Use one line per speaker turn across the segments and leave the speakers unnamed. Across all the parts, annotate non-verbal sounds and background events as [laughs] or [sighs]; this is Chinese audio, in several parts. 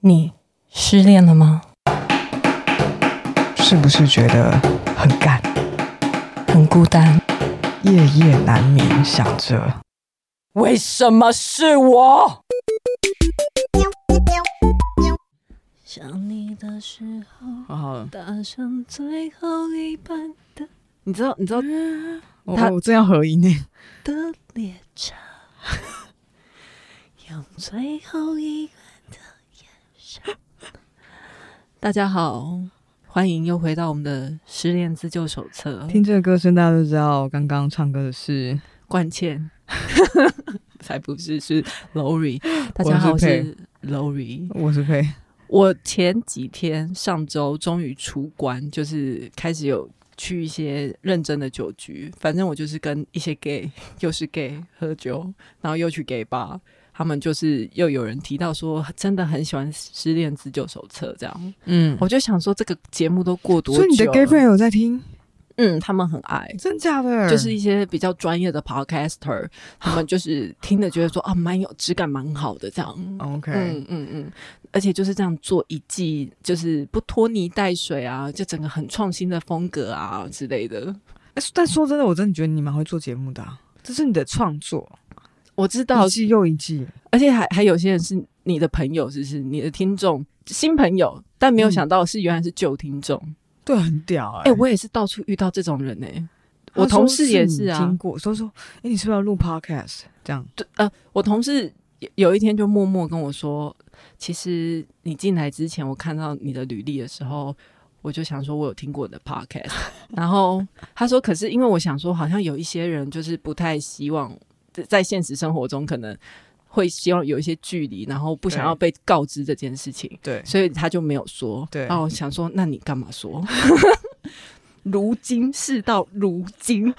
你失恋了吗？
是不是觉得很干，
很孤单，
夜夜难眠，想着
为什么是我？
想你的时候，
好好了，
打上最后一班的
你知道你知道
我
他
哦我正要合音呢，
的列车，用最后一个。
大家好，欢迎又回到我们的失恋自救手册。
[laughs] 听这个歌声，大家都知道刚刚唱歌的是
冠
[laughs]
茜，才不是是 Lori。大家好，我
我是
是 Lori。
我是佩，
我前几天上周终于出关，就是开始有去一些认真的酒局。反正我就是跟一些 gay，又 [laughs] 是 gay 喝酒，然后又去 gay 吧。他们就是又有人提到说，真的很喜欢《失恋自救手册》这样，
嗯，
我就想说这个节目都过多久
所
了？
以你的 gay 朋友在听，
嗯，他们很爱，
真假的？
就是一些比较专业的 podcaster，他们就是听的觉得说啊，蛮有质感，蛮好的这样。
哦 OK，
嗯嗯嗯，而且就是这样做一季，就是不拖泥带水啊，就整个很创新的风格啊之类的。
哎但说真的，我真的觉得你蛮会做节目的啊，这是你的创作，
我知道
一，季又一季，
而且还还有些人是你的朋友，是不是你的听众新朋友，但没有
嗯
想到是原来是旧听众。
对，很屌
哎、
哎。
我也是到处遇到这种人哎、我
他说
同事也
你
是啊
经过说说，哎，你是不是要录 podcast？这样，
对，呃，我同事有有一天就默默跟我说，其实你进来之前，我看到你的履历的时候，我就想说，我有听过你的 podcast。然后他说，可是因为我想说，好像有一些人就是不太希望在在现实生活中可能会希望有一些距离，然后不想
对
要被告知这件事情，
对
所以他就没有说。
对
然后我想说，那你干嘛说？ [laughs] 如今事到如今。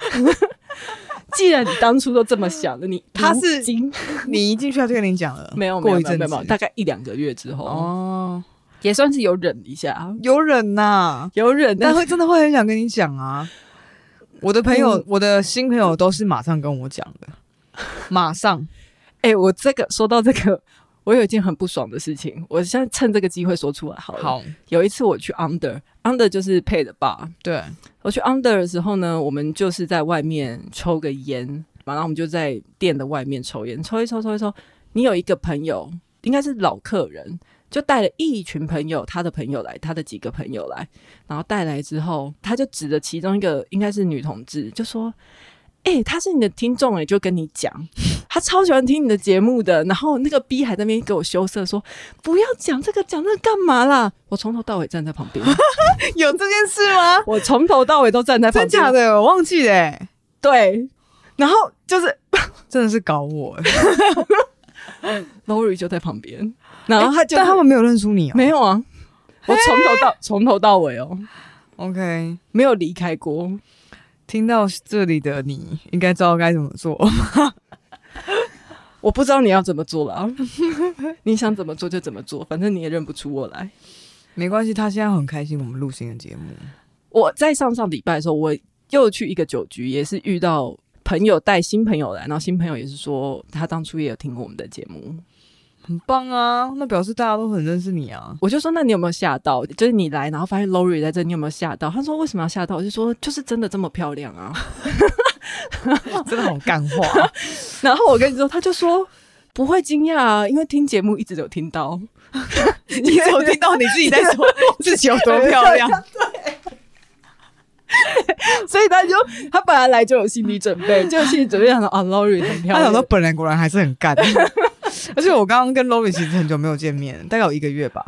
[laughs] 既然你当初都这么想的，你
[laughs] 他
如
是
今
[laughs]
[laughs]
你一进去他就跟你讲了，
没有，没有，
过一
没有，
阵
没
子
有，没有大概一两个月之后，
哦，
也算是有忍一下，
有忍呐，
有忍，但
[laughs] 但
是
会真的会很想跟你讲啊。我的朋友，我的新朋友都是马上跟我讲的，马上。
哎、我这个说到这个，我有一件很不爽的事情，我现在趁这个机会说出来好了。，
[laughs] 好，
有一次我去 Under Under 就是配的吧，
对，
我去 Under 的时候呢，我们就是在外面抽个烟，然后我们就在店的外面抽烟，抽一抽，抽一抽。你有一个朋友，应该是老客人，就带了一群朋友，他的朋友来，他的几个朋友来，然后带来之后，他就指着其中一个应该是女同志，就说：“哎、他是你的听众哎、就跟你讲，他超喜欢听你的节目的。”然后那个 B 还在那边给我羞涩说：“不要讲这个，讲那个干嘛啦？”我从头到尾站在
[laughs]
旁边，
[laughs] 有这件事吗？
我从头到尾都站在旁
真
边，
假的，我忘记了欸，
对，然后就是
[laughs] 真的是搞我 [laughs] 欸。
Lori 就在旁边，然后他就、
但他们没有认出你哦。
没有啊，我从头到从头到尾哦，
OK，
没有离开过。
听到这里的你应该知道该怎么做。 [laughs]
我不知道你要怎么做了 [laughs] 啊，你想怎么做就怎么做，反正你也认不出我来。
没关系，他现在很开心，我们录新的节目。
我在上上礼拜的时候，我又去一个酒局，也是遇到朋友带新朋友来，然后新朋友也是说他当初也有听过我们的节目，
很棒啊，那表示大家都很认识你啊。
我就说，那你有没有吓到？就是你来，然后发现 Lori 在这，你有没有吓到？他说为什么要吓到？我就说就是真的这么漂亮啊。
真的好干 [laughs] 话。啊
然后我跟你说，他就说不会惊讶啊，因为听节目一直有听
[laughs]
到，
你有听到你自己在 [laughs] 说自己有多漂亮？
[laughs] 所以他就他本来来就有心理准备，就心理准备想说啊，Lori 很漂
他
亮
想到。本人果然还是很 [laughs] 干。而且我刚刚跟 Lori 其实很久没有见面，大概有一个月吧。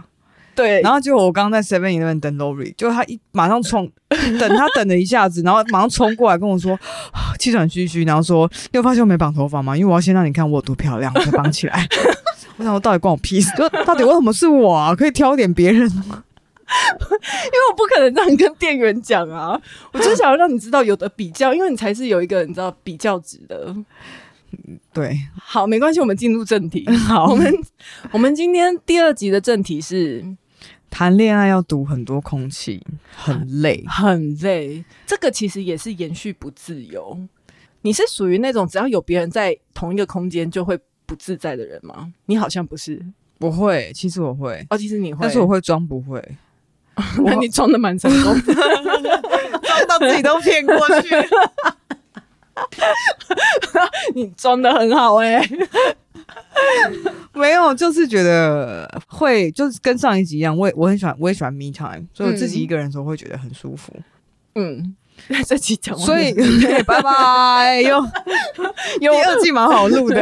对，
然后结果我刚刚在 Seven Eleven 等 Lori，就他一马上冲，等他等了一下子，然后马上冲过来跟我说， [sighs] 啊气喘吁吁，然后说：“你有发现我没绑头发吗？因为我要先让你看我有多漂亮，我才绑起来。” [laughs] 我想说，到底关我屁事？就到底为什么是我啊？可以挑点别人吗？
因为我不可能这样跟店员讲啊，我就想要让你知道有的比较，因为你才是有一个你知道比较值的。
对，
好，没关系，我们进入正
[laughs]
题。好，我们我们今天第二集的正题是
谈恋爱要读很多空气，很累。
很累。这个其实也是延续不自由。你是属于那种只要有别人在同一个空间就会不自在的人吗？你好像不是。
我会，其实我会，
哦，其实你会，
但是我会装不会，
那你装的蛮成功的。
[laughs] 装到自己都骗过去。
你装的很好哎、
[laughs] 没有，就是觉得会，就是跟上一集一样，我也我很喜欢，我也喜欢 me time，所以我自己一个人的时候会觉得很舒服。 [laughs]
嗯，这期讲完了，
所以拜拜， [laughs] 又
有
第二季蛮好录 [laughs] 的、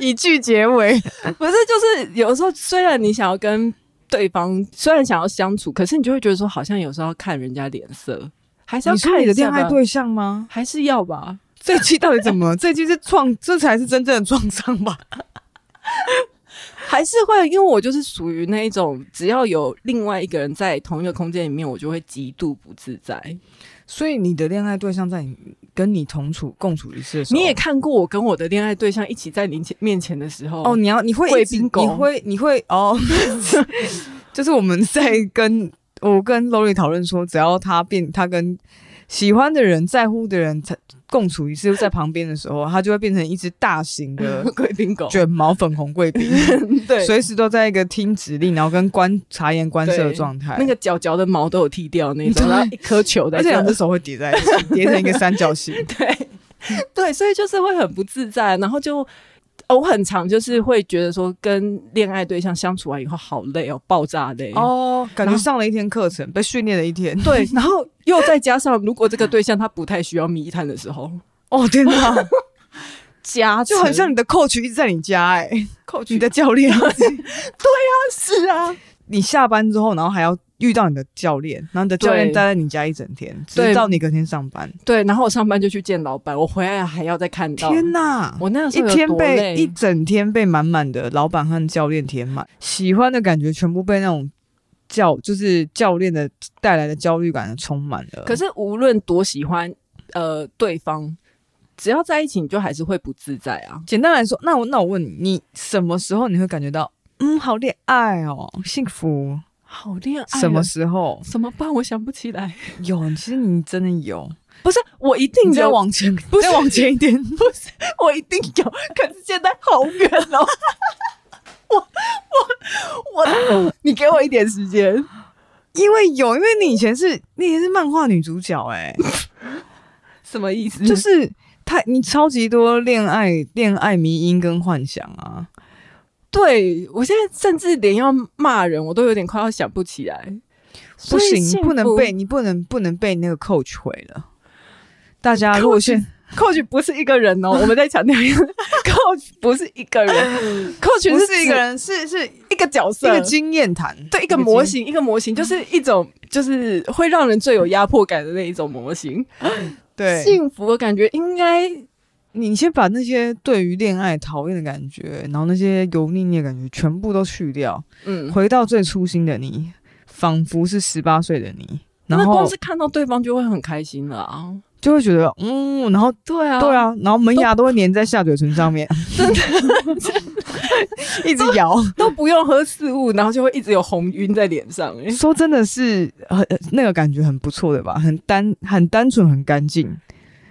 以句结尾，
不是就是有时候，虽然你想要跟对方，虽然想要相处，可是你就会觉得说，好像有时候要看人家脸色，还是要
你说
看
你的
一下
恋
吧
爱，对象吗？
还是要吧。
这期到底怎 [laughs] 么了？这期是创，这才是真正的创伤吧？
还是会，因为我就是属于那一种，只要有另外一个人在同一个空间里面，我就会极度不自在。
所以你的恋爱对象在你跟你同处共处一室的时候，
你也看过我跟我的恋爱对象一起在你前面前的时候， [laughs]
哦，，你要你会
贵
一直
宾狗
你会你会哦， [laughs] 就是我们在跟我跟 Lori 讨论说，只要他变他跟喜欢的人、在乎的人才共处一室，在旁边的时候，他就会变成一只大型的 [laughs]
贵宾狗，
卷毛粉红贵宾，
对，
随时都在一个听指令，然后跟观察言观色的
对
状态。
[laughs] 那个脚脚的毛都有剃掉那种，
对
然后一颗球在
而
这
且两
样
只
子，
手会叠在一起，叠成一个三角形。
对 [laughs] 对，所以就是会很不自在，然后就。哦我很常就是会觉得说，跟恋爱对象相处完以后好累哦，爆炸累哦。
[laughs] 哦，感觉上了一天课程，被训练了一天。
对，然后又再加上，如果这个对象他不太需要密探的时候，
哦天 [laughs] 哪，
加
就很像你的 coach 一直在你家哎、
扣去
你的教练。
[laughs] 是啊，
你下班之后，然后还要遇到你的教练，然后你的教练
对
待在你家一整天，
对
直到你隔天上班。
对。然后我上班就去见老板，我回来还要再看到。
天哪！
我那个时
一
候有
天
多
被
累
一整天被满满的老板和教练填满，喜欢的感觉全部被那种教就是教练的带来的焦虑感充满了。
可是无论多喜欢呃对方，只要在一起，你就还是会不自在啊。
简单来说，那我那我问你，你什么时候你会感觉到嗯好恋爱哦幸福？
好恋爱啊
什么时候
怎么办？我想不起来。
有？其实你真的有，
不是，我一定
你再
有，
往 [laughs] 前，
[laughs] 不 [laughs] 是
再往前一点，
我一定 [laughs] 有。可是现在好远哦。 [laughs] 我我我， [coughs] 你给我一点时间。
因为有，因为你以前是你以前是漫画女主角哎、
什么意思？
就是太你超级多恋爱恋爱迷因跟幻想啊，
对我现在甚至连要骂人，我都有点快要想不起来。所
不
以
行，你
幸
不能
福
被你不能不能被那个 coach 毁了。大家
Coach-
如果现
coach 不是一个人 [laughs] 哦，我们再强调一下，coach 不不是一个 [laughs] 人，coach
不
指
是一个人，是是一
一个角色，
个经验谈，
对一个
经
模。型，一个嗯模型就是一种就是会让人最有压迫感的那一种模型。
对，
幸福，我感觉应该
你先把那些对于恋爱讨厌的感觉，然后那些油腻腻的感觉全部都去掉，
嗯，
回到最初心的你，仿佛是十八岁的你，然
那
后
光是看到对方就会很开心了啊。
就会觉得嗯，然后
对啊，
对，啊，然后门牙都会粘在下嘴唇
[laughs]
上面，真的 [laughs] 一直摇。
都不用喝四物，然后就会一直有红晕在脸上、欸。
说真的是很那个感觉很不错的吧，很单很单纯很干净。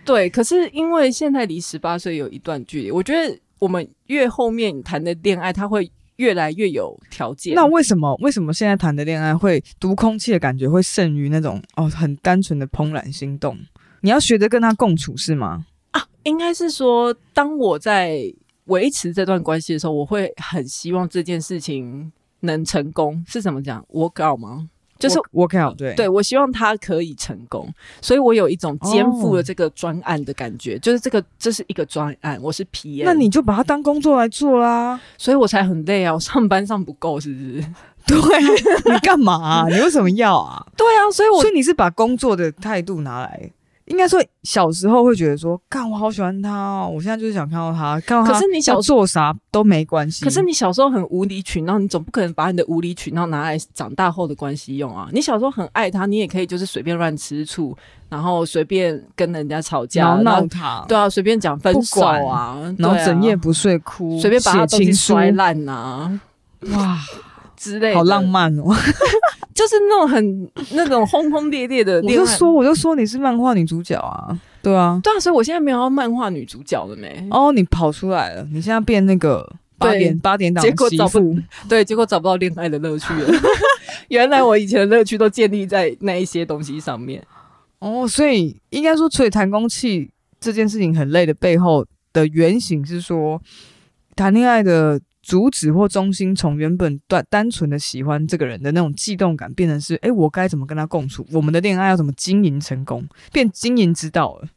对，可是因为现在离十八岁有一段距离，我觉得我们越后面谈的恋爱，它会越来越有条件。
那为什么为什么现在谈的恋爱会读空气的感觉会胜于那种哦很单纯的怦然心动？你要学着跟他共处是吗？
啊应该是说，当我在维持这段关系的时候，我会很希望这件事情能成功。是怎么讲？work out 吗？就是
work out 对
对我希望他可以成功，所以我有一种肩负
哦
了这个专案的感觉，就是这个这是一个专案，我是 PM，
那你就把它当工作来做啦。
所以我才很累啊，我上班上不够，是不是？
[laughs] 对啊，你干嘛啊、你为什么要啊？
对啊，所以 [laughs] 我
所以你是把工作的态度拿来，应该说小时候会觉得说，干我好喜欢他哦，我现在就是想看到他，看到他
可是你小
要做啥都没关系。
可是你小时候很无理取闹，你总不可能把你的无理取闹拿来长大后的关系用啊！你小时候很爱他，你也可以就是随便乱吃醋，然后随便跟人家吵架，
然后
然
闹
后
他，
对啊，随便讲分手啊，
然后
对啊
整夜不睡哭，
随便把他
写
东西
情书，
摔烂啊
哇，
之类的，
好浪，漫哦！
就是那种很那种轰轰烈烈的
我
恋爱。
就说，我就说你是漫画女主角啊，对啊，哦
对啊，所以我现在没有要漫画女主角了没？
哦，你跑出来了，你现在变那个。八点八点档
结果
媳
找不
妇
[laughs] 对，结果找不到恋爱的乐趣了。 [laughs] 原来我以前的乐趣都建立在那一些东西上面。
哦，所以应该说，所以弹弓器这件事情很累的背后的原型是说，谈恋爱的主旨或中心从原本单单纯的喜欢这个人的那种悸动感，变成是，哎、我该怎么跟他共处？我们的恋爱要怎么经营成功？变经营之道了。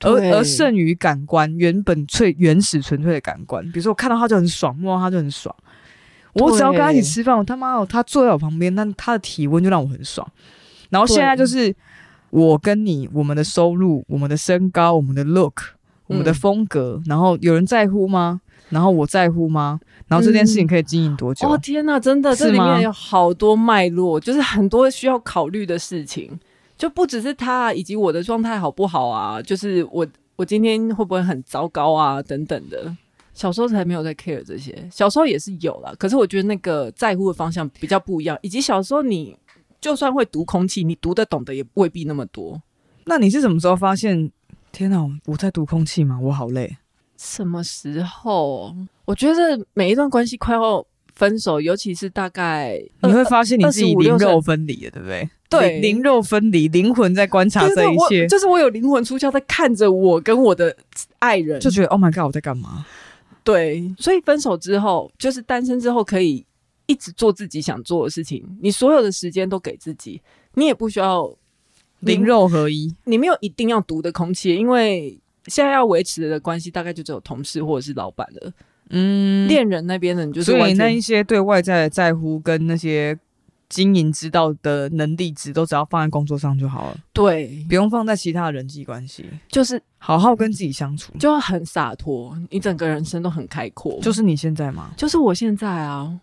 而
对
而胜于感官原本最原始纯粹的感官，比如说我看到他就很爽，摸到他就很爽。我只要跟他一起
对
吃饭，我他妈哦，他坐在我旁边，那他的体温就让我很爽。然后现在就是我跟你，我们的收入、我们的身高、我们的 look、我们的
嗯
风格，然后有人在乎吗？然后我在乎吗？然后这件事情可以经营多久？
哦天哪，真的，这
是
里
吗
面有好多脉络，就是很多需要考虑的事情，就不只是他啊以及我的状态好不好啊，就是我我今天会不会很糟糕啊，等等的。小时候才没有在 care 这些，小时候也是有啦，可是我觉得那个在乎的方向比较不一样，以及小时候你就算会读空气，你读得懂的也未必那么多。
那你是什么时候发现？天哪，我在读空气吗？我好累。
什么时候？我觉得每一段关系快要分手，尤其是大概
你会发现你自己
25
灵
26
肉分离了，对不对？
对
灵灵肉分离，灵魂在观察
对
这
对
一
我
切，
就是我有灵魂出窍在看着我跟我的爱人，
就觉得 Oh my God，我在干嘛？
对，所以分手之后，就是单身之后可以一直做自己想做的事情，你所有的时间都给自己，你也不需要
灵肉合一，
你没有一定要读的空气，因为现在要维持的关系大概就只有同事或者是老板了，
嗯，
恋人那边的你就是
所以
完
那
全
一些对外在的在乎跟那些经营之道的能力值，都只要放在工作上就好了，
对，
不用放在其他的人际关系，
就是
好好跟自己
[laughs]
相处。
就很洒脱，你整个人生都很开阔，
就是你现在吗？
就是我现在啊，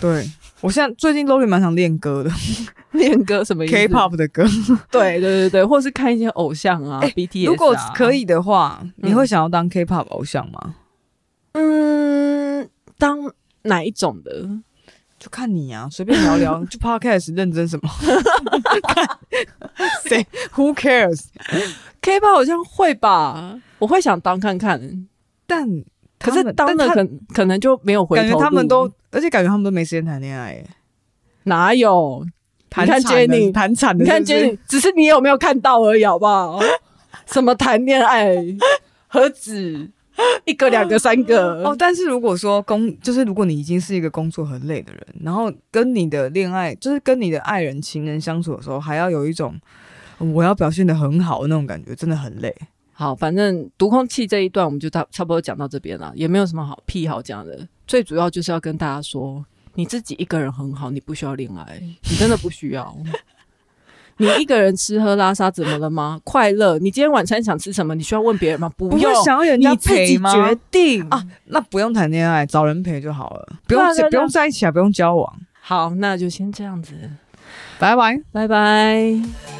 对我现在最近 l o 蛮想练歌的
练歌什么意思
，K-pop 的歌。
[laughs] 对对对对，或是看一些偶像啊、
哎
BTS，、
如果可，以的话，你会
嗯
想要当 K-pop 偶像吗？
嗯，当哪一种的？
就看你啊，随便聊
[laughs]
聊，就 podcast 认真什么？看谁 Who cares？
K-pop 好像会吧，我会想当看看，
但
可是
他们
当了
但他
可可能就没有回头
感觉
路
他们都，而且感觉他们都没时间谈恋爱耶。
哪有？
谈
你看
惨了
Jennie，
谈惨了，
你看
是不是
Jenny，只是你有没有看到而已，好不好？
[laughs]
什么谈恋爱，何止一个、两个、三个？
哦，，但是如果说工，就是如果你已经是一个工作很累的人，然后跟你的恋爱，就是跟你的爱人、情人相处的时候，还要有一种呃我要表现的很好的那种感觉，真的很累。
好，反正读空气这一段我们就差差不多讲到这边了，也没有什么好屁好讲的。最主要就是要跟大家说，你自己一个人很好，你不需要恋爱，你真的不需要。 [laughs] 你一个人吃喝拉撒怎么了吗？快乐。你今天晚餐想吃什么？你需要问别人吗？不
会
用，
想要人
你
家
自
陪
己
吗？
决定
啊。那不用谈恋爱，找人陪就好了，不
对
用
啊对啊
不用在一起啊，不用交往。
好，那就先这样子，
拜拜。
拜拜。